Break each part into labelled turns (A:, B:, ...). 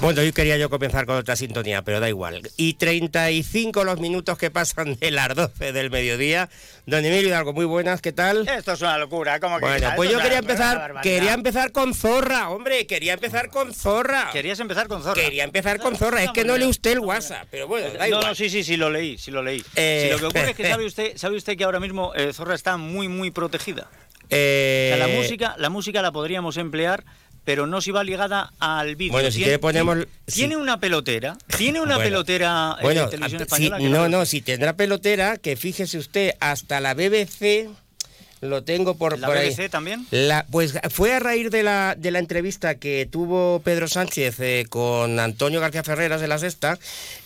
A: Bueno, yo quería yo comenzar con otra sintonía, pero da igual. Y 35 los minutos que pasan de las 12 del mediodía. Don Emilio Hidalgo, muy buenas, ¿qué tal?
B: Esto es una locura, ¿cómo que
A: Bueno,
B: nada?
A: pues yo
B: Esto es
A: quería
B: una- una
A: empezar,
B: barbaridad.
A: quería em- empezar con Zorra, hombre, quería empezar con Zorra.
B: Querías empezar con Zorra.
A: Quería empezar con Zorra, es que no lee usted el WhatsApp, pero bueno, da
B: No, no,
A: igual.
B: sí, sí, sí, lo leí, sí lo leí.
A: Eh,
B: Si lo que ocurre es que sabe usted, sabe usted que ahora mismo eh, Zorra está muy, muy protegida. O
A: Eh,
B: sea, la música, la música la podríamos emplear, pero no si va ligada al vídeo.
A: Bueno, si quiere
B: Tiene-
A: ponemos-
B: Tiene
A: sí.
B: una pelotera, tiene una
A: Bueno.
B: pelotera eh,
A: Bueno,
B: de televisión
A: a-
B: española.
A: si-
B: que
A: no,
B: la-
A: no, si tendrá pelotera, que fíjese usted, hasta la BBC lo tengo por,
B: ¿La
A: por ahí.
B: BBC también?
A: La- pues fue a raíz de la, de la entrevista que tuvo Pedro Sánchez eh, con Antonio García Ferreras de la Sexta,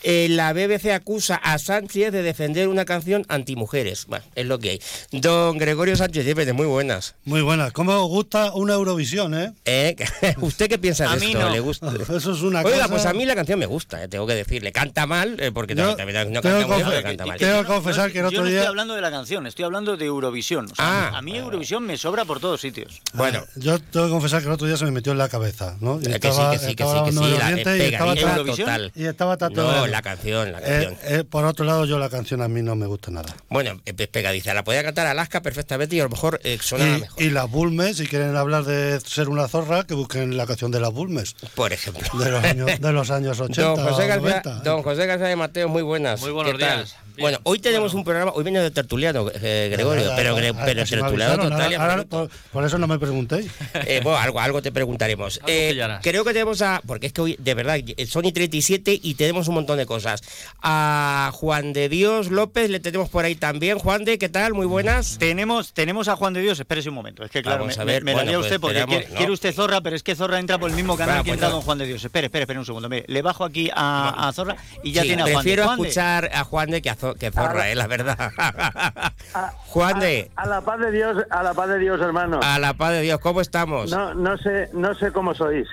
A: eh, la BBC acusa a Sánchez de defender una canción antimujeres. Bueno, es lo que hay. Don Gregorio Sánchez Llévene, muy buenas.
C: Muy buenas. ¿Cómo os gusta una Eurovisión, eh?
A: ¿Eh? ¿Usted qué piensa de
B: A mí
A: esto?
B: no.
A: ¿Le gusta?
C: Eso es una
A: Oiga,
C: cosa-
A: pues a mí la canción me gusta, eh, tengo que decirle. Canta mal, eh, porque
C: Yo
A: también- también no
C: tengo
A: canta muy
C: que
A: bien, pero
C: confesar-
A: canta mal.
C: Tengo
B: Yo
C: que confesar que el
B: yo
C: otro
B: no
C: día-
B: estoy hablando de la canción, estoy hablando de Eurovisión. O sea,
A: Ah.
B: a mí Eurovisión me sobra por todos sitios.
A: Bueno,
C: Eh, Yo tengo que confesar que el otro día se me metió en la cabeza, ¿no? Y
A: Eh,
C: estaba-
A: que sí, que sí, que
C: estaba
A: sí, que
C: uno de
A: sí,
C: los
A: la
C: dientes y
A: despega,
C: estaba
A: dientes
C: tra-
B: Eurovisión
A: total.
C: y estaba tanto
A: No,
C: grande.
A: la canción, la
C: Eh,
A: canción.
C: eh, por otro lado, yo la canción a mí no me gusta nada.
A: Bueno, eh, pe- pegadiza. La podía cantar Alaska perfectamente y a lo mejor eh, sonaba mejor.
C: Y, y las Bulmes, si quieren hablar de ser una zorra, que busquen la canción de las Bulmes
A: Por ejemplo.
C: de los años, de los años 80.
A: Don José,
C: o
A: García,
C: 90.
A: don José García de Mateo, muy buenas.
D: Muy buenos
A: ¿Qué tal?
D: días. Bien.
A: Bueno, hoy tenemos un programa, hoy viene de tertuliano, eh, Gregorio,
C: Nada,
A: pero,
C: ahora-
A: Gre-
C: ahora
A: pero
C: sí me
A: tertuliano
C: avisaron,
A: total y
C: ahora- ahora
A: absoluto.
C: por, por eso no me preguntéis.
A: Eh, bueno, algo, algo te preguntaremos.
D: Algo
A: Eh,
D: pillarás.
A: creo que tenemos a. Porque es que hoy, de verdad, eh, son y 37 y tenemos un montón de cosas. A Juan de Dios López le tenemos por ahí también. Juan de, ¿qué tal? Muy buenas.
B: Tenemos, tenemos a Juan de Dios, espérese un momento. Es que claro,
A: Vamos
B: me,
A: a ver,
B: me- me la
A: bueno,
B: lía
A: pues
B: usted porque
A: esperamos,
B: quiere,
A: ¿no?
B: quiere usted Zorra, pero es que Zorra entra por el mismo canal
A: Va,
B: que
A: pues
B: entra
A: nada.
B: Don Juan de Dios. Espere, espere, espere un segundo. Mire, le bajo aquí a, a Zorra y ya
A: Sí,
B: tiene a Juan de
A: prefiero
B: Juan de,
A: escuchar a Juan de que a Zo- que
E: Ah.
A: Zorra, eh, la verdad. Juan de,
E: A la paz de Dios, a la paz de Dios, hermano.
A: a la paz de Dios, ¿cómo estamos?
E: No, no sé, no sé cómo sois.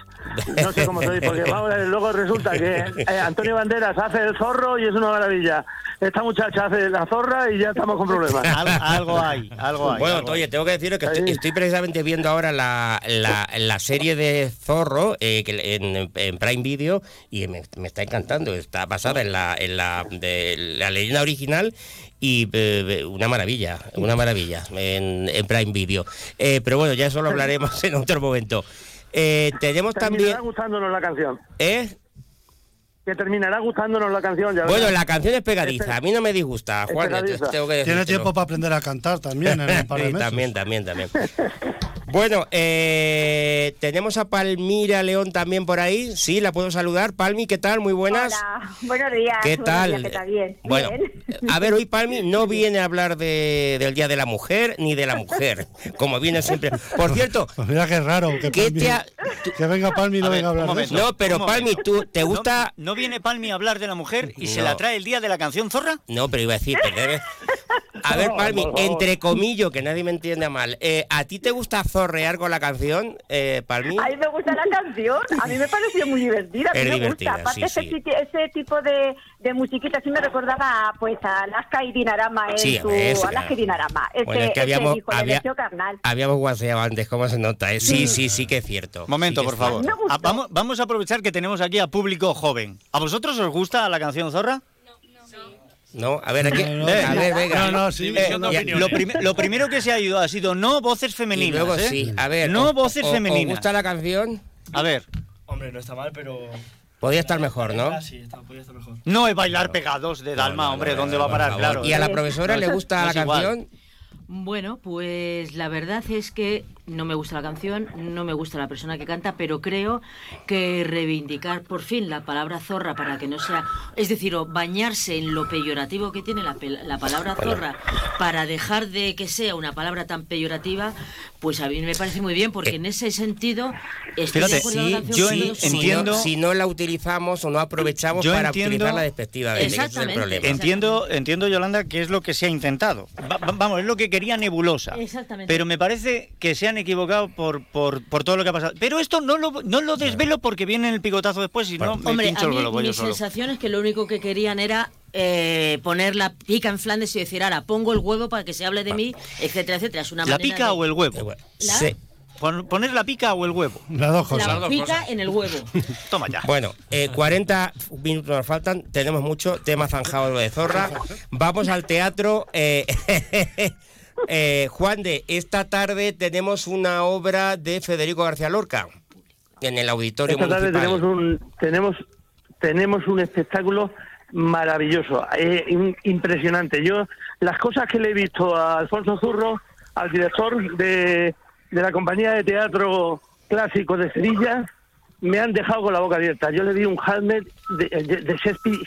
E: No sé cómo sois, porque vamos, a ver, luego resulta que eh, Antonio Banderas hace el zorro y es una maravilla. Esta muchacha hace la zorra y ya estamos con problemas.
B: Al- algo hay, algo hay.
A: Bueno,
B: algo
A: oye,
B: hay.
A: tengo que deciros que estoy, estoy precisamente viendo ahora la, la- la serie de Zorro eh, que en, en Prime Video y me, me está encantando. Está basada en la, en la, de la leyenda original y eh, una maravilla, una maravilla en, en Prime Video. Eh, pero bueno, ya eso lo hablaremos en otro momento. Eh, tenemos también...
E: Terminará gustándonos la canción.
A: ¿eh?
E: Que terminará gustándonos la canción, ya
A: Bueno,
E: verás.
A: la canción es pegadiza. A mí no me disgusta,
E: Este es
A: Juan. te-
E: pegadiza.
A: Tengo que
C: Tiene
A: decírtelo.
C: tiempo para aprender a cantar también en un par de
A: Sí,
C: meses.
A: también, también, también. Bueno, eh, tenemos a Palmira León también por ahí. Sí, la puedo saludar. Palmi, ¿qué tal? Muy buenas.
F: Hola, buenos días.
A: ¿Qué
F: buenos
A: tal?
F: días, ¿Qué tal? Bien.
A: Bueno, eh,
F: bien.
A: a ver, hoy Palmi no viene a hablar de- del Día de la Mujer ni de la Mujer, como viene siempre. Por cierto,
C: Pues mira qué raro que,
A: ¿Qué
C: Palmi-
A: te ha-
C: que venga Palmi y
B: A
C: no
B: ver,
C: venga a hablar
B: un
C: de eso.
B: momento.
A: no, pero
B: ¿Cómo?
A: Palmi, ¿tú te
B: ¿No-
A: gusta?
B: ¿No, viene Palmi a hablar de la mujer y se
A: No.
B: la trae el día de la canción Zorra?
A: No, pero iba a decir, pero debe- A ver,
E: No,
A: Palmi,
E: por favor.
A: entre comillo, que nadie me entienda mal. eh, ¿A ti te gusta zorrear con la canción, eh, Palmi?
F: A mí me gusta la canción, a mí me pareció muy divertida, a mí
A: Es
F: me
A: divertida,
F: gusta. Aparte,
A: sí,
F: ese,
A: sí.
F: ti- ese tipo de, de musiquita sí me recordaba pues, a Alaska y Dinarama en
A: Sí, a
F: su
A: ver, sí,
F: Alaska
A: claro.
F: y Dinarama. Ese,
A: Bueno, es que
F: ese
A: habíamos,
F: disco, el
A: había-
F: deseo carnal.
A: habíamos guaseado antes, ¿cómo se nota? eh? Sí, sí, sí que es cierto.
B: Momento,
A: Sí que
B: por
A: es
B: favor.
F: Me gustó.
B: Ah, vamos, vamos a aprovechar que tenemos aquí a público joven. ¿A vosotros os gusta la canción Zorra?
A: cierto. No, a ver, aquí,
C: No, no,
A: a
C: no.
A: ver, venga.
C: No, no, sí,
A: Eh,
C: no, no.
A: ya,
B: Lo, prim- lo primero que se ha ido ha sido no voces
A: y
B: femeninas.
A: luego
B: ¿eh?
A: sí, a ver.
B: No
A: ¿os-
B: voces
A: o- os
B: femeninas.
A: gusta la canción?
B: A ver,
G: Hombre, no está mal, pero.
A: Podría estar mejor, ¿no?
G: Ah, sí, está, podría estar mejor.
B: no es bailar pegados de Dalma,
A: No, no,
B: hombre,
A: no,
B: ¿dónde
A: no,
B: va a
A: por
B: parar?
A: favor.
B: Claro.
A: ¿Y a la profesora
B: No,
A: le
B: es-
A: gusta
B: no
A: la
B: es igual.
A: canción?
H: Bueno, pues la verdad es que no me gusta la canción, no me gusta la persona que canta, pero creo que reivindicar por fin la palabra zorra para que no sea, es decir, o bañarse en lo peyorativo que tiene la, pel- la palabra zorra para dejar de que sea una palabra tan peyorativa, pues a mí me parece muy bien porque en ese sentido estoy
B: Eh. Fíjate,
H: de acuerdo
B: sí,
H: con la
B: yo
H: canción, sí,
B: en-
H: sí.
A: Si no-
B: entiendo-
A: Si no, la utilizamos o no aprovechamos
B: Yo
A: para
B: entiendo-
A: utilizarla despectivamente, que ese es el
H: Exactamente.
A: problema.
H: Entiendo.
B: Entiendo, entiendo, Yolanda, que es lo que se ha intentado. Va- va- vamos, es lo que quería Nebulosa.
H: Exactamente.
B: Pero me parece que se han equivocado por, por, por todo lo que ha pasado. Pero esto no lo, no lo desvelo porque viene el picotazo después, si no, me
H: Hombre,
B: pincho
H: a
B: el
H: mí
B: globo yo
H: mi
B: solo.
H: sensación es que lo único que querían era eh, poner la pica en Flandes y decir, ahora pongo el huevo para que se hable de mí, etcétera, etcétera. Es una
B: ¿La
H: manera
B: pica
H: de-
B: o el
A: Eh,
B: huevo?
A: bueno,
H: ¿La?
A: se-
B: Pon- ¿Poner la pica o el huevo?
C: Las dos cosas.
H: La pica en el huevo.
B: Toma ya.
A: Bueno, eh, 40 minutos nos faltan, tenemos mucho, tema zanjado de zorra. Vamos al teatro. eh, eh, Juan de, esta tarde tenemos una obra de Federico García Lorca en el auditorio
E: Esta tarde
A: municipal.
E: tenemos un, tenemos, tenemos un espectáculo maravilloso, eh, in- impresionante. Yo, las cosas que le he visto a Alfonso Zurro, al director de, de la compañía de teatro clásico de Sevilla, me han dejado con la boca abierta. Yo le vi un Hamlet de, de- de Shakespeare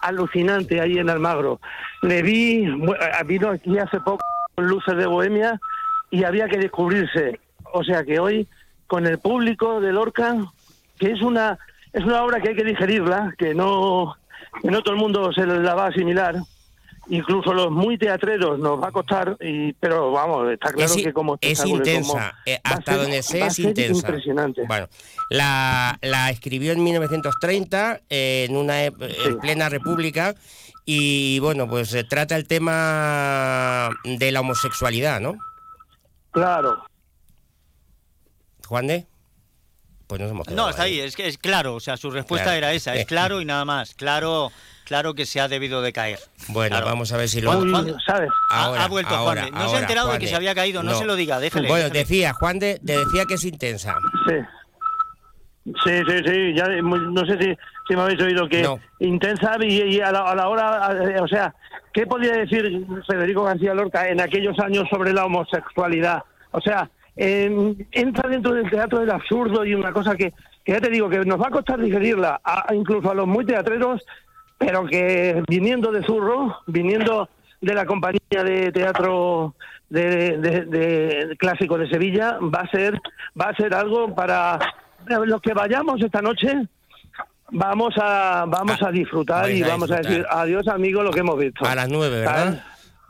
E: alucinante ahí en Almagro. Le vi, bu- eh, vino aquí hace poco con Luces de Bohemia y había que descubrirse. O sea que hoy, con el público de Lorca, que es una, es una obra que hay que digerirla, que no, que no todo el mundo se la va a asimilar. Incluso los muy teatreros nos va a costar, y, pero vamos, está claro
A: es, i-
E: que como
A: es
E: espectáculo y como-
A: intensa, eh,
E: va a
A: hasta
E: ser-
A: donde sé
E: va a
A: es
E: ser
A: intensa.
E: Impresionante.
A: Bueno, la, la escribió en 1930, eh, en una e- en plena república, y bueno, pues eh, trata el tema de la homosexualidad, ¿no?
E: Claro.
A: Juan de, pues nos hemos quedado
B: No, está ahí, es que es claro, o sea, su respuesta
A: Claro. Eh.
B: era esa, es claro y nada más, claro, claro que se ha debido de caer.
A: Bueno,
B: Claro.
A: vamos a ver si lo.
B: Juan-
E: Uy,
B: Juan-
E: Mm, ¿Sabes?
B: Ha-
A: Ahora,
B: ha vuelto
A: ahora,
B: Juan de. No se ha
A: ahora,
B: enterado de
A: Juan
B: que se había caído, no se lo diga, déjale,
A: Bueno,
B: déjale.
A: decía, Juan de, te decía que es intensa.
E: Sí. Sí, sí, sí, ya, eh, muy- no sé si, si me habéis oído que
A: No.
E: intensa y, y a, la, a la hora, a- eh, o sea, ¿qué podía decir Federico García Lorca en aquellos años sobre la homosexualidad? O sea, eh, entra dentro del teatro del absurdo y una cosa que, que ya te digo, que nos va a costar digerirla, a- a incluso a los muy teatreros, pero que viniendo de Zurro, viniendo de la compañía de teatro de, de- de clásico de Sevilla, va a ser va a ser algo para los que vayamos esta noche. Vamos a vamos
A: Ah,
E: a disfrutar
A: vais
E: y
A: a
E: vamos a
A: disfrutar.
E: decir adiós amigo lo que hemos visto.
A: A las nueve,
E: ¿Sabes?
A: ¿verdad?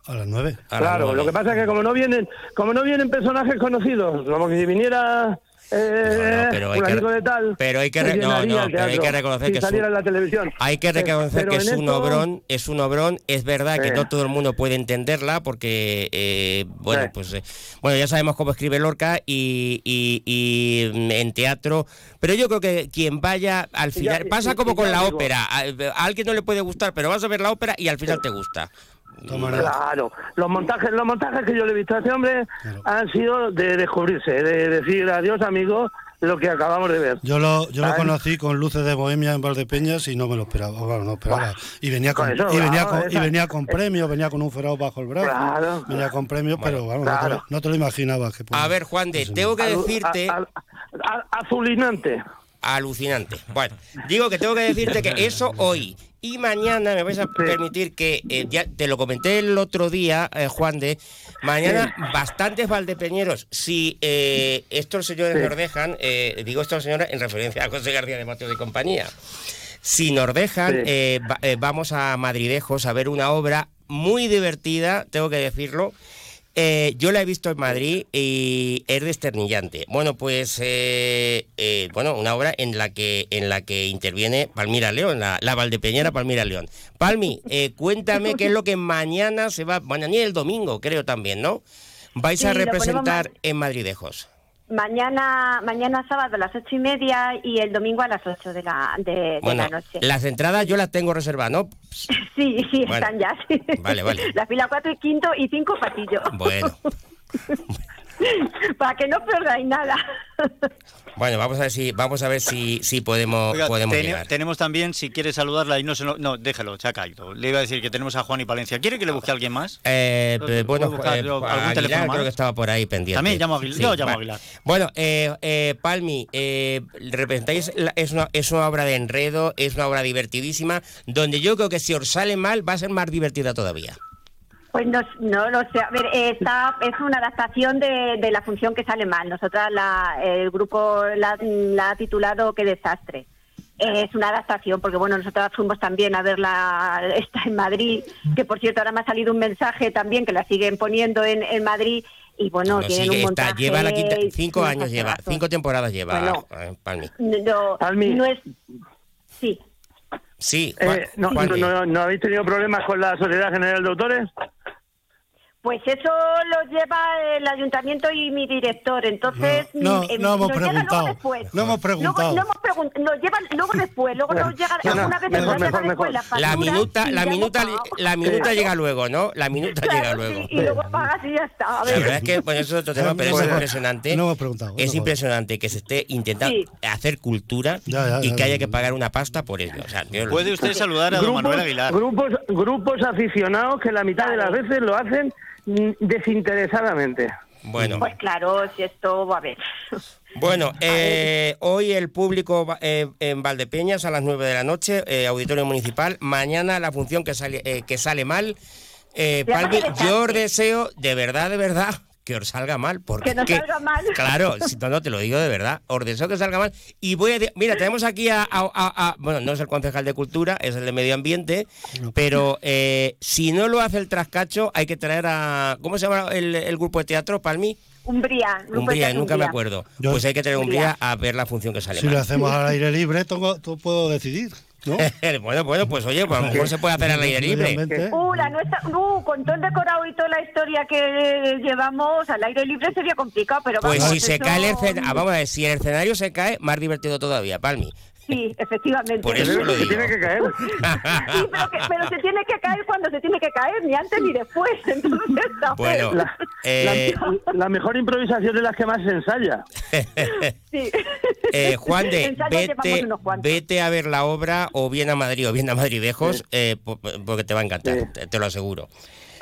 C: A las nueve.
A: A las
E: Claro,
A: nueve.
E: lo que pasa es que como no vienen como no vienen personajes conocidos, como que si viniera eh,
A: No, no, pero hay que
E: fulanito
A: re-
E: de tal,
A: pero hay que re-
E: se
A: no, no,
E: llenaría el
A: pero hay
E: teatro
A: que reconocer
E: si
A: que es un-
E: saliera en la televisión.
A: Hay que
E: Eh,
A: reconocer
E: pero
A: que
E: en
A: es un
E: esto-
A: obrón, es un obrón. Es verdad que
E: Sí.
A: no todo el mundo puede entenderla porque, eh, bueno,
E: Sí.
A: pues eh, bueno, ya sabemos cómo escribe Lorca y, y- y, mm, en teatro. Pero yo creo que quien vaya al final.
E: y-
A: pasa
E: y-
A: como
E: y
A: con
E: ya
A: la
E: digo-
A: ópera. A, a alguien no le puede gustar, pero vas a ver la ópera y al final te gusta.
C: Toma nada.
E: Claro, los montajes, los montajes que yo le he visto a este hombre
C: Claro.
E: han sido de descubrirse, de decir adiós amigos lo que acabamos de ver.
C: Yo lo, yo lo
E: Ay.
C: conocí con luces de Bohemia en Valdepeñas y no me lo esperaba. Bueno, no esperaba. Y venía con,
E: Con eso,
C: y venía
E: claro,
C: con, y
E: esa-
C: venía con premios, venía con un ferado bajo el brazo.
E: Claro.
C: Venía con premios, pero vamos, no, te lo,
E: Claro.
C: no te lo imaginabas. Que
A: A ver, Juan de,
C: Pues,
A: tengo que
E: Alu-
A: decirte.
E: a- a- a- azulinante.
A: Alucinante. Bueno, digo que tengo que decirte que eso hoy y mañana me vais a permitir que, eh, ya te lo comenté el otro día, eh, Juan de, mañana bastantes valdepeñeros, si eh, estos señores nos dejan, eh, digo estos señores en referencia a José García de Matos y compañía, si nos dejan,
E: Sí.
A: eh, va- eh, vamos a Madridejos a ver una obra muy divertida, tengo que decirlo. Eh, yo la he visto en Madrid y es desternillante. Bueno, pues eh, eh, bueno, una obra en la que en la que interviene Palmira León, la, la Valdepeñera Palmira León. Palmi, eh, cuéntame qué es lo que mañana se va, mañana y el domingo, creo también, ¿no? Vais
F: Sí,
A: a
F: lo ponemos
A: representar
F: ma-
A: en Madridejos.
F: Mañana, mañana sábado a las ocho y media y el domingo a las ocho de la, de, de
A: Bueno,
F: la noche.
A: las entradas yo las tengo reservadas, ¿no?
F: Sí, sí,
A: Vale.
F: están ya. sí.
A: Vale, vale.
F: La fila cuatro y quinto y cinco patillo.
A: Bueno.
F: Para que no perdáis nada.
A: Bueno, vamos a ver si vamos a ver si, si podemos
B: Oiga,
A: podemos
B: tene-
A: llegar.
B: tenemos también, si quiere saludarla y no se lo- No, déjalo, se ha caído. Le iba a decir que tenemos a Juan y Palencia. ¿Quiere que le busque a alguien más?
A: Eh,
B: ¿Puedo-
A: pe-
B: puedo
A: bueno,
B: buscar
A: eh,
B: yo algún
A: Aguilar
B: teléfono
A: creo
B: más?
A: que estaba por ahí pendiente.
B: También llamo a Aguilar. Yo llamo a
A: va.
B: Aguilar.
A: Bueno, eh, eh, Palmi, eh, representáis la- es, una, es una obra de enredo, es una obra divertidísima, donde yo creo que si os sale mal va a ser más divertida todavía.
F: Pues no, no lo sé. A ver, eh, está, es una adaptación de, de la función que sale mal. Nosotras, la, el grupo la, la ha titulado Qué desastre. Eh, Es una adaptación, porque bueno, nosotras fuimos también a verla, está en Madrid, que por cierto ahora me ha salido un mensaje también que la siguen poniendo en, en Madrid y bueno,
A: No,
F: tienen
A: sí,
F: un
A: que está-
F: montaje...
A: lleva la quinta-
F: y
A: cinco
F: unos
A: años lleva,
F: paserazos.
A: cinco temporadas lleva
F: Bueno.
A: eh, Palmi.
F: No,
E: Almi.
F: no es... Sí,
A: Sí, Juan-
E: Eh, no,
A: Juanmi.
E: no- no- no habéis tenido problemas con la Sociedad General de Autores?
F: Pues eso lo lleva el ayuntamiento y mi director. Entonces,
C: No, no,
F: mm, eh,
C: no hemos
F: lo lleva luego
C: preguntado.
F: después.
C: No hemos preguntado.
F: Luego, no hemos pregun- lo llevan luego después. Luego nos llega
E: Bueno,
F: alguna vez
E: mejor,
F: nos llega
E: mejor,
F: después
E: mejor.
F: las
A: La
F: facturas
A: minuta,
F: y
A: la
F: ya
A: minuta,
F: hemos pagado.
A: la minuta llega luego, ¿no? La minuta
F: Claro,
A: llega
F: sí,
A: luego.
F: y luego pagas y ya está. A
A: La
F: ver.
A: verdad es que bueno, eso es otro tema, pero es
C: Bueno,
A: impresionante.
C: no hemos preguntado,
A: Es
C: no,
A: impresionante que se esté intentando
F: Sí.
A: hacer cultura
C: Ya, ya,
A: y
C: ya,
A: que haya
C: ya.
A: que pagar una pasta por ello. O sea, yo lo-
B: Puede usted saludar a don Manuel Aguilar.
E: grupos, grupos aficionados que la mitad de las veces lo hacen mm, desinteresadamente.
A: Bueno,
F: Pues claro, si esto va a ver.
A: bueno eh, hoy el público va- eh, en Valdepeñas a las 9 de la noche, eh, Auditorio Municipal. Mañana la función que sale, eh, que sale mal. Eh,
F: Ya
A: Palmi,
F: sale
A: yo os
F: tarde.
A: deseo de verdad, de verdad, que os salga mal. Porque
F: Que no
A: es que-
F: salga mal.
A: Claro, si no, no, te lo digo de verdad. Os deseo que salga mal. Y voy a. de- Mira, tenemos aquí a, a- a- a- Bueno, no es el concejal de cultura, es el de medio ambiente. Pero eh, si no lo hace el trascacho, hay que traer a. ¿Cómo se llama el, el grupo de teatro, Palmi?
F: Umbría. grupo de
A: Umbría,
F: teatro
A: nunca me
F: Umbría.
A: acuerdo.
C: Yo-
A: Pues hay que traer a Umbría
F: Umbría.
A: a ver la función que sale
C: Si lo
A: mal.
C: hacemos al aire libre, tengo- tú puedo decidir, ¿no?
A: bueno, bueno, pues oye, pues a lo mejor se puede hacer al aire libre.
C: Obviamente.
F: Uh, la nuestra, uh, con todo el decorado y toda la historia que llevamos al aire libre sería complicado, pero vamos,
A: Pues si se
F: eso-
A: cae el escenario. vamos a ver, si el escenario se cae, más divertido todavía, Palmi.
F: Sí, efectivamente.
A: Por eso
E: Pero
A: lo
E: que
A: digo.
E: tiene que caer.
F: Sí, pero, que- pero se tiene que caer cuando se tiene que caer, ni antes ni después. Entonces, a ver.
A: Bueno,
E: La,
A: eh,
E: la- la mejor improvisación es la que más se ensaya.
F: Sí.
A: Eh, Juan de,
F: Ensayos llevamos
A: vete,
F: unos cuantos.
A: vete a ver la obra o bien a Madrid o bien a Madridejos, eh, po- porque te va a encantar,
E: Sí.
A: te, te lo aseguro.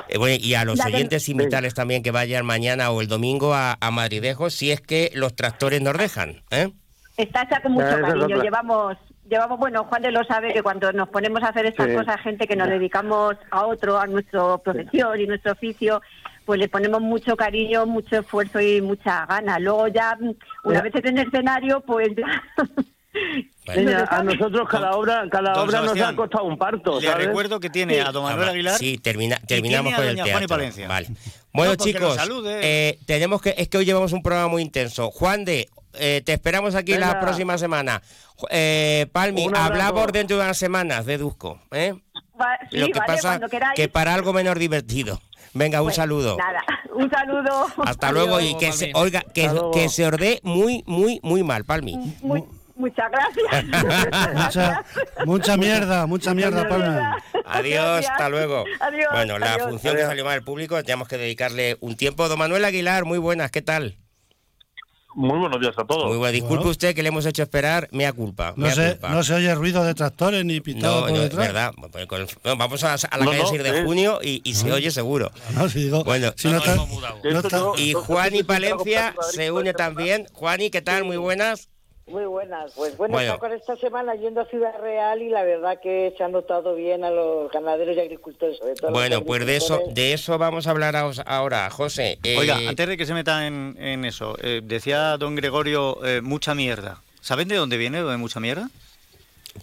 A: Eh, bueno, y a los
F: La del-
A: oyentes invitarles también que vayan mañana o el domingo a, a Madridejos si es que los tractores nos dejan. ¿eh?
F: Está hecha con mucho
E: Esa es
F: cariño.
E: otra.
F: Llevamos, llevamos, bueno, Juan de lo sabe que cuando nos ponemos a hacer estas
E: Sí.
F: cosas, gente que nos dedicamos a otro, a nuestra profesión y nuestro oficio, pues le ponemos mucho cariño, mucho esfuerzo y mucha gana. Luego ya, mm, una
E: Ya.
F: vez en el escenario, pues ya.
A: Vale.
E: Niña,
F: Nos
E: a
F: dejan-
E: nosotros cada obra, cada
B: Don
E: obra nos
B: Sebastián,
E: ha costado un parto,
B: Le
E: ¿sabes?
B: recuerdo que tiene a don Manuel
A: Ah, va-
B: Aguilar.
A: Sí, termina, terminamos
B: tiene a
A: con el
B: doña Juani
A: teatro.
B: Palencia.
A: Vale. Bueno,
B: No, porque
A: chicos,
B: nos salude.
A: eh, tenemos que es que hoy llevamos un programa muy intenso. Juan de, eh, te esperamos aquí la
E: Venga.
A: próxima semana. Ju- eh, Palmi,
E: Un abrazo.
A: hablamos dentro de unas semanas, deduzco. ¿eh?
F: Va- sí,
A: lo que
F: vale,
A: pasa
F: cuando queráis.
A: que para algo menos divertido. Venga, un
F: Pues,
A: saludo.
F: Nada, un saludo.
A: Hasta
F: Adiós.
A: luego y que se,
B: Palmi.
A: oiga, que,
E: Hasta luego.
A: que se orde muy, muy, muy mal, Palmi.
F: Mu- muchas gracias.
C: Mucha, mucha mierda, mucha mierda, Palma.
A: Adiós,
F: Gracias.
A: hasta luego.
F: Adiós,
A: bueno, la
F: adiós.
A: función que salió mal al público, tenemos que dedicarle un tiempo. Don Manuel Aguilar, muy buenas, ¿qué tal?
D: Muy buenos días a todos.
A: Muy buena, disculpe
C: Bueno.
A: usted que le hemos hecho esperar, mea culpa.
C: No
A: mea
C: se,
A: culpa.
C: no se oye ruido de tractores ni
A: No,
C: pitado por
A: no, es
C: detrás.
A: verdad. Bueno, pues con- bueno, vamos a, a la
D: No,
A: calle
D: no,
A: 6 de
D: eh.
A: junio y, y se oye seguro.
C: No, si digo,
A: Bueno,
C: si
A: no
C: no,
A: nos
C: está-
A: hemos
C: no está-
A: Y Juan y Palencia se une también. Juani, ¿qué tal? Muy buenas.
I: Muy buenas, pues bueno,
A: Bueno.
I: está con esta semana yendo a Ciudad Real y la verdad que se han notado bien a los ganaderos y agricultores, sobre todo. a los
A: Bueno, pues de eso,
I: agricultores.
A: de eso vamos a hablar ahos- ahora, José. Eh,
B: Oiga, antes de que se meta en, en eso, eh, decía don Gregorio eh, mucha mierda. ¿Saben de dónde viene lo de mucha mierda?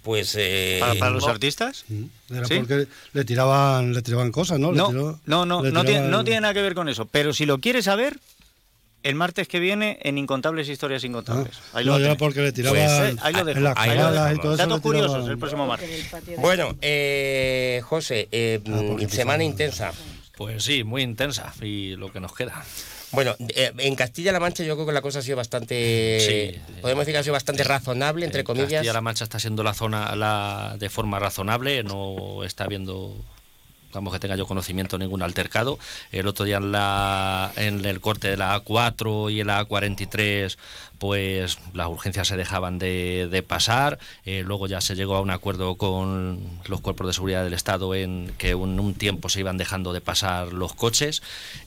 A: pues eh,
B: Para, para los artistas.
C: Mm, Era
B: ¿Sí?
C: porque le tiraban, le tiraban cosas, ¿no? Le
B: No,
C: tiró-
B: no, no,
C: le
B: no tiene,
C: tiraban-
B: no tiene nada que ver con eso. Pero si lo quiere saber, el martes que viene en Incontables Historias
C: Ah,
B: Incontables. Ahí lo
C: no,
B: va a
C: era
B: tener.
C: porque le tiraban
A: Pues,
B: Eh, ahí lo dejo,
C: en las
A: ahí lo
C: caladas y
A: dejamos.
C: todo
B: Datos
C: eso. le tiraban-
B: curiosos el próximo martes.
A: bueno, eh, José, eh,
C: porque
A: semana intensa.
C: empezamos.
J: Pues sí, muy intensa y lo que nos queda.
A: Bueno, eh, en Castilla-La Mancha yo creo que la cosa ha sido bastante,
J: Sí.
A: podemos decir que ha sido bastante razonable, entre
J: Eh,
A: comillas.
J: Castilla-La Mancha está siendo la zona la, de forma razonable, no está habiendo vamos que tenga yo conocimiento ningún altercado. El otro día en, la, en el corte de la A4 y en la A43, pues las urgencias se dejaban de, de pasar. Eh, luego ya se llegó a un acuerdo con los cuerpos de seguridad del Estado en que un, un tiempo se iban dejando de pasar los coches.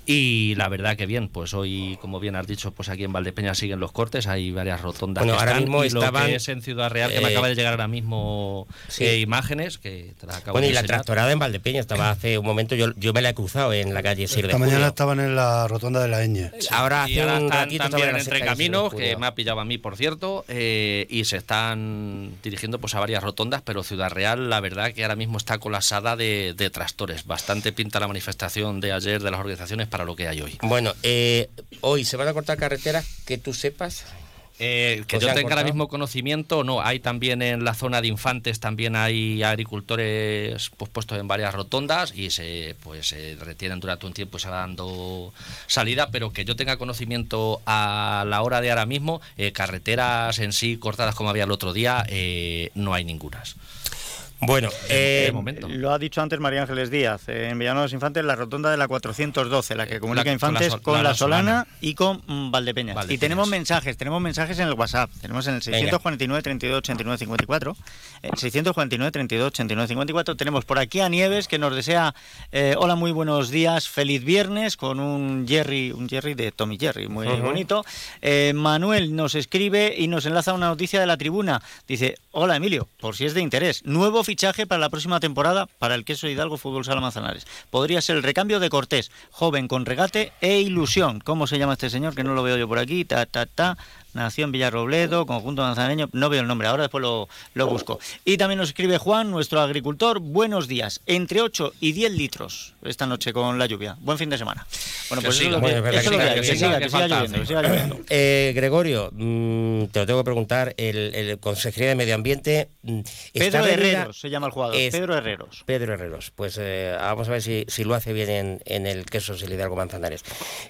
J: Y la verdad que bien, pues hoy, como bien has dicho, pues aquí en Valdepeña siguen los cortes, hay varias rotondas.
A: Bueno,
J: que
A: ahora
J: están,
A: mismo
J: y lo
A: estaban,
J: que es en Ciudad Real, que me
A: eh,
J: acaba de llegar ahora mismo
A: sí.
J: eh, imágenes que te las acabo
A: Bueno,
J: de
A: y la
J: enseñar.
A: tractorada en Valdepeña estaba hace un momento, yo, yo me la he cruzado en la calle 6 de
C: Esta mañana
A: junio.
C: estaban en la rotonda de la Ñ.
A: Ahora
J: Y
A: hace
J: ahora
A: un
J: están
A: ratito estaba
J: también
A: en la
J: entre
A: sexta calle
J: caminos,
A: Sur de
J: que
A: Junio.
J: me ha pillado a mí, por cierto, eh, y se están dirigiendo pues a varias rotondas, pero Ciudad Real, la verdad que ahora mismo está colapsada de, de tractores. Bastante pinta la manifestación de ayer de las organizaciones para lo que hay hoy.
A: Bueno, eh, hoy se van a cortar carreteras que tú sepas.
J: Eh, que
A: Pues
J: yo
A: se ha
J: tenga ahora
A: cortado.
J: mismo conocimiento, no. Hay también en la zona de infantes, también hay agricultores pues, puestos en varias rotondas y se pues se retienen durante un tiempo y se va dando salida, pero que yo tenga conocimiento a la hora de ahora mismo, eh, carreteras en sí cortadas como había el otro día, eh, no hay ningunas.
A: Bueno, eh,
J: de momento.
B: Lo ha dicho antes María Ángeles Díaz. eh, En Villanueva de los Infantes, la rotonda de la 412, la que comunica
J: con Eh, la
B: Infantes con
J: Sol-
B: la,
J: la- la
B: Solana y con mm, Valdepeñas. Y
J: Valdepeñas.
B: tenemos mensajes, tenemos mensajes en el WhatsApp. Tenemos en el 649 32 89 54. eh, 649 32 89 54. Tenemos por aquí a Nieves que nos desea eh, hola, muy buenos días, feliz viernes con un Jerry, un Jerry de Tommy Jerry, muy
A: Ujú.
B: bonito. Eh, Manuel nos escribe y nos enlaza una noticia de la tribuna. Dice, hola Emilio, por si es de interés, nuevo fichaje para la próxima temporada para el queso Hidalgo Fútbol Sala Manzanares. Podría ser el recambio de Cortés, joven con regate e ilusión. ¿Cómo se llama este señor? Que no lo veo yo por aquí. Ta, ta, ta. Nació en Villarrobledo, conjunto manzaneño, no veo el nombre, ahora después lo, lo busco. Y también nos escribe Juan, nuestro agricultor, buenos días, entre 8 y 10 litros esta noche con la lluvia. Buen fin de semana. Bueno, pues
J: Que
B: eso es
J: siga,
B: lo que-
A: bueno, es verdad
B: eso es
A: que
B: lo
A: siga, que
B: que hay, que
A: siga,
B: siga,
J: que
B: que siga
J: falta
B: lloviendo, que
J: hace.
B: siga lloviendo.
A: eh, Gregorio, mm, te lo tengo que preguntar, el, el Consejería de Medio Ambiente... mm, está
B: Pedro
A: reunida-
B: Herreros se llama el jugador.
A: es-
B: Pedro Herreros.
A: Pedro Herreros. Pues eh, vamos a ver si, si lo hace bien en, en el queso Sil Hidalgo Manzanares.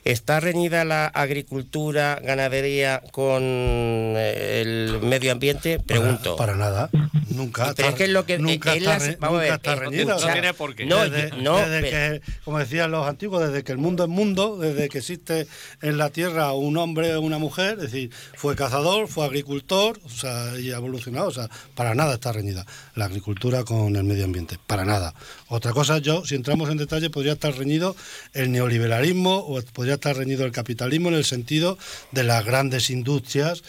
A: ¿Está reñida la agricultura, ganadería con eh, el medio ambiente? Pregunto.
C: Para, para nada. Nunca.
A: Pero es
C: está-
A: que es lo que-
C: Nunca,
A: eh, él
C: está,
A: las-
C: re-
A: vamos a
C: nunca
A: ver,
C: está
A: eh,
C: reñida.
A: escucha,
J: No tiene por qué.
A: No,
C: desde,
A: yo- no,
C: desde
A: pero-
C: que, como decían los antiguos, desde que el mundo es mundo, desde que existe en la tierra un hombre o una mujer, es decir, fue cazador, fue agricultor, o sea, y ha evolucionado, o sea, para nada está reñida la agricultura con el medio ambiente, para nada. Otra cosa, yo, si entramos en detalle, podría estar reñido el neoliberalismo o podría estar reñido el capitalismo en el sentido de las grandes industrias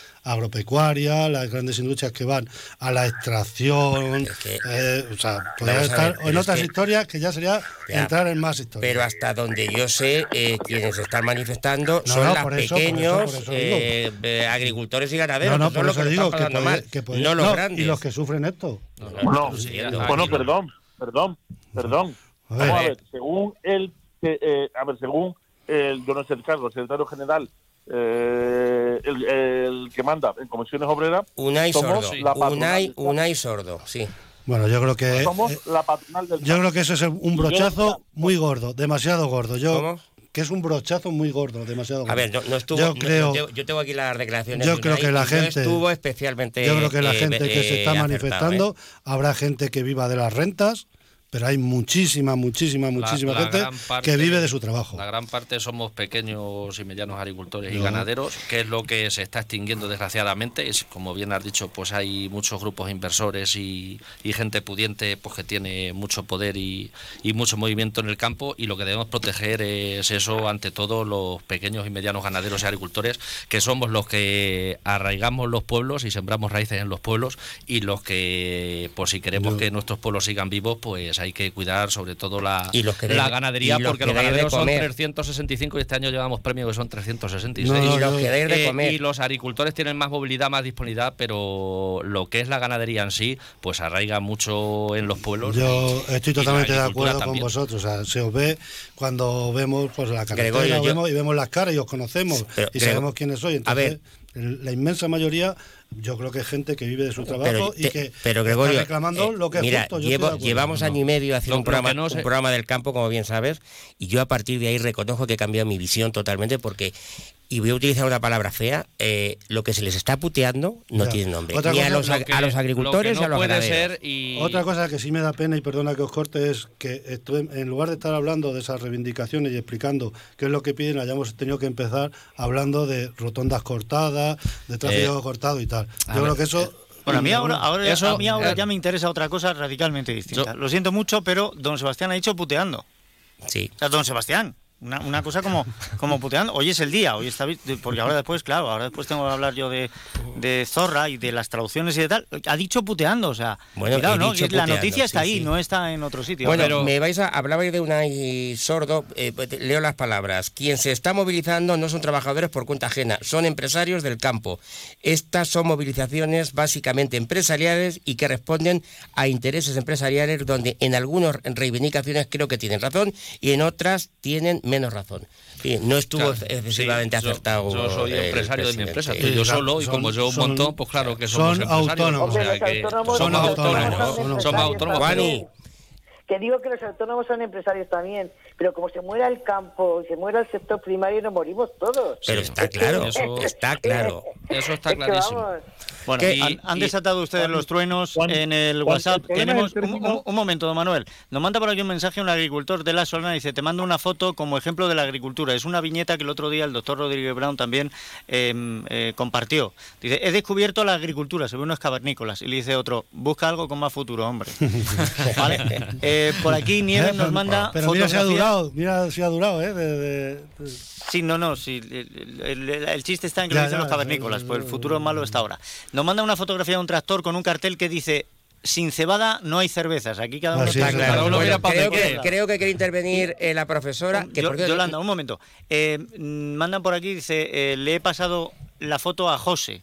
C: agropecuarias, las grandes industrias que van a la extracción,
A: Es que-
C: eh, o sea,
A: Vamos a
C: podría
A: ver,
C: estar
A: pero
C: en
A: es
C: otras
A: que-
C: historias que ya sería
A: Ya.
C: entrar en más historias.
A: Pero hasta donde yo sé, eh, quienes están manifestando
C: No,
A: son
C: no,
A: los
C: por eso, por eso,
A: pequeños
C: por eso
A: eh, eh, agricultores y ganaderos.
C: no, no,
A: que son
C: por
A: los
C: eso
A: que lo
C: digo
A: están
C: que,
A: pasando
C: podía-
A: mal,
C: que podía-
A: no los
C: no,
A: grandes.
C: y los que sufren esto.
D: Bueno,
A: Sí,
D: bueno,
A: aquí no.
D: perdón, perdón, perdón.
C: A
D: Vamos a
A: ver.
D: ver, según el, eh, eh, a ver, según el, yo no sé el cargo, el secretario general, eh, el, el que manda en comisiones obreras,
A: Unai
D: Somos
A: Sordo.
D: la patronal
A: Unai,
D: del campo.
A: Unai Sordo, sí.
C: Bueno, yo creo que
D: somos
C: eh,
D: la patronal del
C: yo creo que eso es un brochazo muy gordo, demasiado gordo. Yo
A: ¿Cómo?
C: que es un brochazo muy gordo, demasiado gordo.
A: A ver, no, no estuvo.
C: Yo
A: no-
C: creo
A: yo, yo tengo aquí las declaraciones.
C: yo
A: de
C: creo
A: Unai,
C: que la
A: y no
C: gente-
A: estuvo especialmente.
C: Yo creo que la
A: eh,
C: gente que
A: eh,
C: se está
A: acertado,
C: manifestando, habrá gente que viva de las rentas, pero hay muchísima, muchísima,
J: La-
C: muchísima
J: la
C: gente
J: gran parte-
C: que vive de su trabajo.
J: La gran parte somos pequeños y medianos agricultores y
C: No.
J: ganaderos, que es lo que se está extinguiendo desgraciadamente. Es, como bien has dicho, pues hay muchos grupos inversores y, y gente pudiente pues que tiene mucho poder y, y mucho movimiento en el campo y lo que debemos proteger es eso ante todo los pequeños y medianos ganaderos y agricultores, que somos los que arraigamos los pueblos y sembramos raíces en los pueblos y los que, pues si queremos
C: Yo-
J: que nuestros pueblos sigan vivos, pues hay que cuidar sobre todo la,
A: Y los que
J: la
A: den-
J: ganadería,
A: y los que
J: porque los
A: den de
J: ganaderos son
A: comer.
J: 365 y este año llevamos premios que son 366.
C: No,
A: ¿eh? Y
C: no,
A: los
C: yo-
A: que dais de
J: Eh,
A: comer.
J: y los agricultores tienen más movilidad, más disponibilidad, pero lo que es la ganadería en sí, pues arraiga mucho en los pueblos.
C: Yo estoy
J: Y la
C: totalmente de
J: agricultura
C: acuerdo con
J: también.
C: vosotros. O sea, se os ve cuando vemos pues, la carretera
A: Gregorio, yo-
C: vemos- y vemos las caras y os conocemos
A: Pero,
C: y
A: Grego-
C: sabemos quiénes sois.
A: A ver.
C: Entonces, el- la inmensa mayoría, yo creo que es gente que vive de su trabajo y
A: te-
C: que
A: pero, Gregorio,
C: está reclamando
A: eh,
C: lo que es
A: mira,
C: justo. Yo
A: llevo-
C: estoy de acuerdo.
A: llevamos
C: No.
A: año y medio haciendo
J: Lo-
A: un,
J: lo
A: programa,
J: que no
A: un
J: sé-
A: programa del campo, como bien sabes, y yo a partir de ahí reconozco que he cambiado mi visión totalmente porque, y voy a utilizar una palabra fea, eh, lo que se les está puteando no
C: Ya.
A: tiene nombre.
C: Otra
A: Ni a
C: cosa-
A: los,
J: Lo
A: ag-
J: que-
A: a los
J: lo que
A: agricultores
J: no
A: y a los
J: puede
A: ganaderos.
J: ser y-
C: Otra cosa que sí me da pena y perdona que os corte es que estuve- en lugar de estar hablando de esas reivindicaciones y explicando qué es lo que piden, hayamos tenido que empezar hablando de rotondas cortadas,
A: Eh,
C: de tráfico cortado y tal. Yo
J: a
C: creo
J: ver,
C: que eso...
B: Bueno, a mí ahora, ahora,
J: Eso-
B: a mí ahora
J: eh,
B: ya me interesa otra cosa radicalmente distinta.
J: yo-
B: Lo siento mucho, pero don Sebastián ha dicho puteando.
A: Sí.
B: O sea, don Sebastián. Una, una cosa como, como puteando. Hoy es el día, hoy está. vi- Porque ahora después, claro, ahora después tengo que hablar yo de, de Zorra y de las traducciones y de tal. Ha dicho puteando, o sea.
A: Bueno,
B: cuidado,
A: he
B: ¿no?
A: dicho
B: Que la
A: puteando,
B: noticia está
A: sí,
B: ahí,
A: sí.
B: no está en otro sitio.
A: Bueno,
B: Pero-
A: me vais a hablabais de Unai Sordo. eh, pues, te- leo las palabras. Quien se está movilizando no son trabajadores por cuenta ajena, son empresarios del campo. Estas son movilizaciones básicamente empresariales y que responden a intereses empresariales donde en algunas reivindicaciones creo que tienen razón y en otras tienen menos razón. Sí, no estuvo
J: Claro,
A: excesivamente
J: sí, yo-
A: acertado.
J: Yo, soy
A: el
J: empresario de mi
A: presidente.
J: empresa, estoy yo
A: Claro,
J: solo y
A: son-
J: como yo un
A: son-
J: montón, pues claro que somos
C: son
J: empresarios.
C: autónomos.
J: o sea
C: Hombre,
J: que
I: los autónomos
J: somos
I: son
J: autónomos.
I: empresarios también.
J: Somos autónomos.
A: Juani,
I: Que digo que los autónomos son empresarios también, pero como se muera el campo, se muera el sector primario, nos morimos todos.
A: Pero está claro,
J: Eso-
A: está claro.
J: Eso
I: Es
J: está
I: que
J: clarísimo.
I: vamos.
B: Bueno,
A: ¿Qué?
B: han, han
J: Y-
B: desatado ustedes los truenos
E: Juan,
B: en el
E: Juan,
B: WhatsApp.
E: el problema
B: Tenemos
E: del
B: un,
E: término-
B: un- un momento, don Manuel. Nos manda por aquí un mensaje un agricultor de La Solana. Dice, te mando una foto como ejemplo de la agricultura. Es una viñeta que el otro día el doctor Rodríguez Brown también eh, eh, compartió. Dice, he descubierto la agricultura. Se ve unos cavernícolas. Y le dice otro, busca algo con más futuro, hombre. Vale. Eh, por aquí
C: Eh,
B: Nieves
C: pero-
B: nos manda
C: Pero mira si ha
B: fotografías-
C: durado, mira si ha durado, ¿eh? De- de- de-
B: Sí, no, no, sí, el, el- el- el chiste está en que
C: Ya,
B: lo dicen
C: ya,
B: los cavernícolas,
C: ya,
B: pues
C: ya,
B: el
C: ya,
B: futuro malo está ahora. Nos manda una fotografía de un tractor con un cartel que dice, sin cebada no hay cervezas, aquí cada uno
C: Así
B: está
C: es,
B: claro.
C: Cada uno
A: Bueno,
J: mira pa'
A: creo,
J: donde
A: que,
B: quiera.
A: creo que quiere intervenir eh, la profesora. Que
B: Yo-
A: por cierto-
B: Yolanda, un momento. Eh, mm, mandan por aquí, dice, eh, le he pasado la foto a José,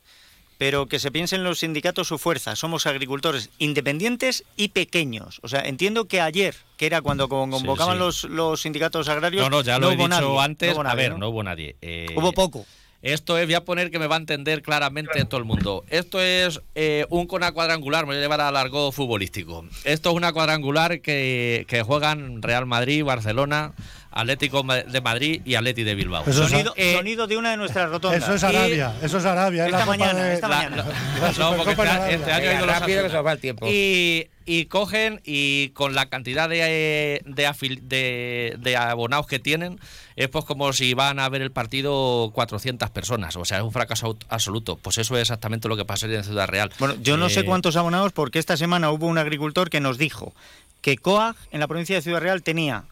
B: pero que se piense en los sindicatos su fuerza. Somos agricultores independientes y pequeños. O sea, entiendo que ayer, que era cuando con- convocaban
J: sí.
B: Los, los sindicatos agrarios,
J: No, no, ya lo he
B: hubo
J: dicho
B: nadie,
J: antes.
B: hubo
J: a
B: nadie,
J: ver, no hubo nadie. Eh,
B: Hubo poco.
J: Esto es, voy a poner que me va a entender claramente todo el mundo. Esto es eh, un cona cuadrangular, me voy a llevar al argot futbolístico. Esto es una cuadrangular que, que juegan Real Madrid, Barcelona, Atlético Ma- de Madrid y Atleti de Bilbao.
C: Eso es-
B: Sonido,
J: Eh,
B: sonido de una de nuestras rotondas.
C: Eso es Arabia, eso es Arabia. es
B: Esta
C: la Copa
B: mañana,
C: de-
B: esta
J: la-
B: mañana.
J: la- no, porque
C: Copa
J: este,
C: Arabia.
J: este año ha ido
A: Venga,
J: los
A: rápido que
J: Asuna.
A: se nos va el tiempo.
J: Y, y cogen y con la cantidad de, de, afil- de- de abonados que tienen, es pues como si van a ver el partido 400 personas. O sea, es un fracaso aut- absoluto. Pues eso es exactamente lo que pasaría en Ciudad Real.
B: Bueno, yo no sé
J: Eh,
B: cuántos abonados porque esta semana hubo un agricultor que nos dijo que COAG en la provincia de Ciudad Real tenía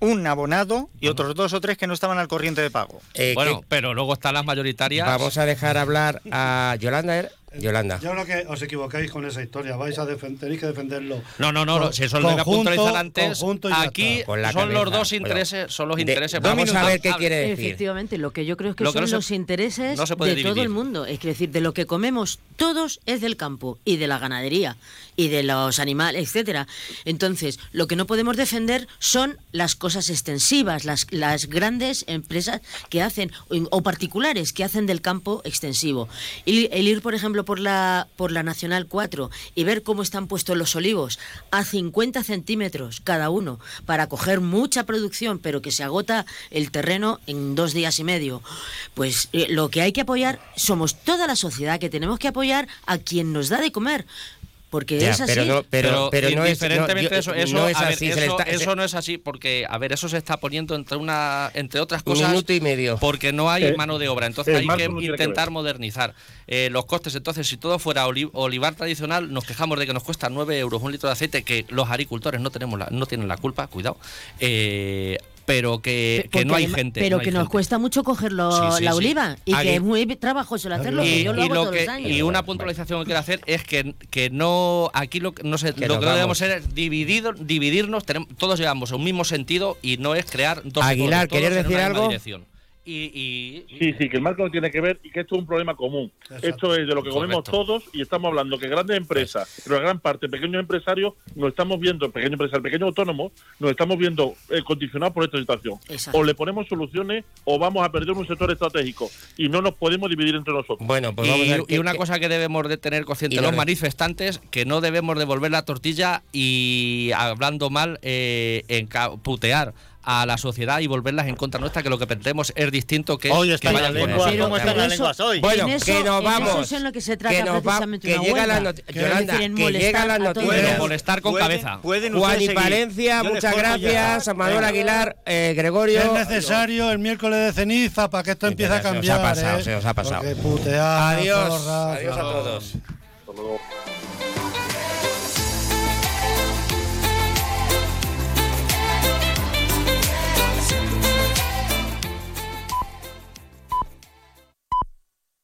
B: un abonado y otros dos o tres que no estaban al corriente de pago.
A: Eh,
J: bueno, pero luego están las mayoritarias.
A: Vamos a dejar hablar a Yolanda. ¿eh? Yolanda.
C: Yo creo que os equivocáis con esa historia. Vais a defender, tenéis que defenderlo.
J: No, no, no, no, si eso lo voy a
C: Conjunto,
J: puntualizar antes.
C: conjunto y ya
J: Aquí
C: está.
A: Con la
J: son los
A: cabeza.
J: dos
A: Bueno,
J: intereses, son los
A: de-
J: intereses.
A: dos
J: Vamos
A: minutos a ver qué
J: hable.
A: quiere. decir.
H: Efectivamente, lo que yo creo es que
J: Lo que
H: son
J: no se-
H: los intereses
J: no se
H: de
J: puede
H: todo
J: dividir.
H: el mundo. Es que decir, de lo que comemos todos es del campo y de la ganadería y de los animales, etcétera. Entonces, lo que no podemos defender son las cosas extensivas, las, las grandes empresas que hacen o, in- o particulares que hacen del campo extensivo. Y el ir, por ejemplo, por la por la Nacional 4 y ver cómo están puestos los olivos a 50 centímetros cada uno para coger mucha producción, pero que se agota el terreno en dos días y medio. Pues eh, lo que hay que apoyar somos toda la sociedad que tenemos que apoyar a quien nos da de comer. Porque
A: Ya,
H: es así.
A: pero no, pero, pero no es no,
J: indiferentemente
A: yo-
J: de eso, eso,
A: no es
J: a ver,
A: así. se le
J: eso,
A: está-
J: eso no es así porque a ver, eso se está poniendo entre una entre otras
A: Un
J: cosas
A: minuto y medio.
J: porque no hay
D: Eh,
J: mano de obra, entonces
D: eh,
J: hay
D: más
J: que
D: no tiene que
J: intentar
D: ver.
J: modernizar eh, los costes, entonces si todo fuera oli- olivar tradicional, nos quejamos de que nos cuesta 9 euros un litro de aceite que los agricultores no tenemos la- no tienen la culpa, cuidado. eh, pero que, que
H: Porque
J: no hay
H: además-
J: gente.
H: Pero
J: no hay
H: que nos
J: gente.
H: cuesta mucho coger lo-
J: Sí, sí,
H: la
J: sí.
H: oliva y
J: Aquí-
H: que es muy trabajoso el hacerlo. que
J: Y,
H: yo lo
J: y
H: hago
J: lo
H: todos
J: que-
H: los años.
J: y una puntualización que quiero hacer es que, que no aquí lo que no se,
A: Que
J: lo
A: nos
J: que no
A: vamos.
J: debemos ser es dividido, dividirnos, tenemos, todos llevamos un mismo sentido y no es crear dos
A: Aguilar,
J: polos, todos
A: ¿quieres
J: en una
A: decir
J: misma
A: algo?
J: dirección. Y, y-
D: Sí, sí, que el marco no tiene que ver y que esto es un problema común.
C: Exacto.
D: Esto es de lo que comemos
J: Correcto.
D: todos y estamos hablando que grandes empresas, pero la gran parte, pequeños empresarios, nos estamos viendo, pequeños empresarios, pequeños autónomos, nos estamos viendo eh, condicionados por esta situación.
H: Exacto.
D: O le ponemos soluciones o vamos a perder un sector estratégico y no nos podemos dividir entre nosotros.
A: Bueno, pues
J: y-
A: vamos a ver
J: y
A: qué-
J: una
A: qué-
J: cosa que debemos de tener
A: y
J: consciente
A: no
J: los
A: re-
J: manifestantes que no debemos devolver la tortilla y hablando mal eh, enca- putear a la sociedad y volverlas en contra nuestra que lo que pretendemos es distinto que,
B: Hoy
J: que
B: está
J: vayan
B: la
J: con
B: lengua,
J: nosotros.
B: ¿cómo están
H: pero
B: las
H: eso-
B: lenguas hoy?
A: Bueno,
H: en eso-
A: que nos
H: en eso
A: vamos.
H: es en lo que se trata
A: nos va-
H: precisamente
A: que
H: una
A: llega la
H: huelga.
A: not-
H: Es
A: Yolanda,
H: decir, en
A: que llega
H: molestar
A: la
H: a todo el
A: noticia.
H: mundo.
J: Pero molestar con
B: Pueden-
J: cabeza.
B: pueden ustedes
A: Juan y
B: seguir.
A: Palencia,
B: Yo les
A: muchas
B: corto ya.
A: gracias. A Manuel
B: Venga.
A: Aguilar, eh, Gregorio.
C: es necesario el miércoles de ceniza para que esto
A: Sí,
C: empiece a
A: pero se os
C: cambiar.
A: ha pasado,
C: ¿eh?
A: se os ha pasado.
C: Porque putear,
A: Adiós.
C: zorras,
A: Adiós a
C: no.
A: todos.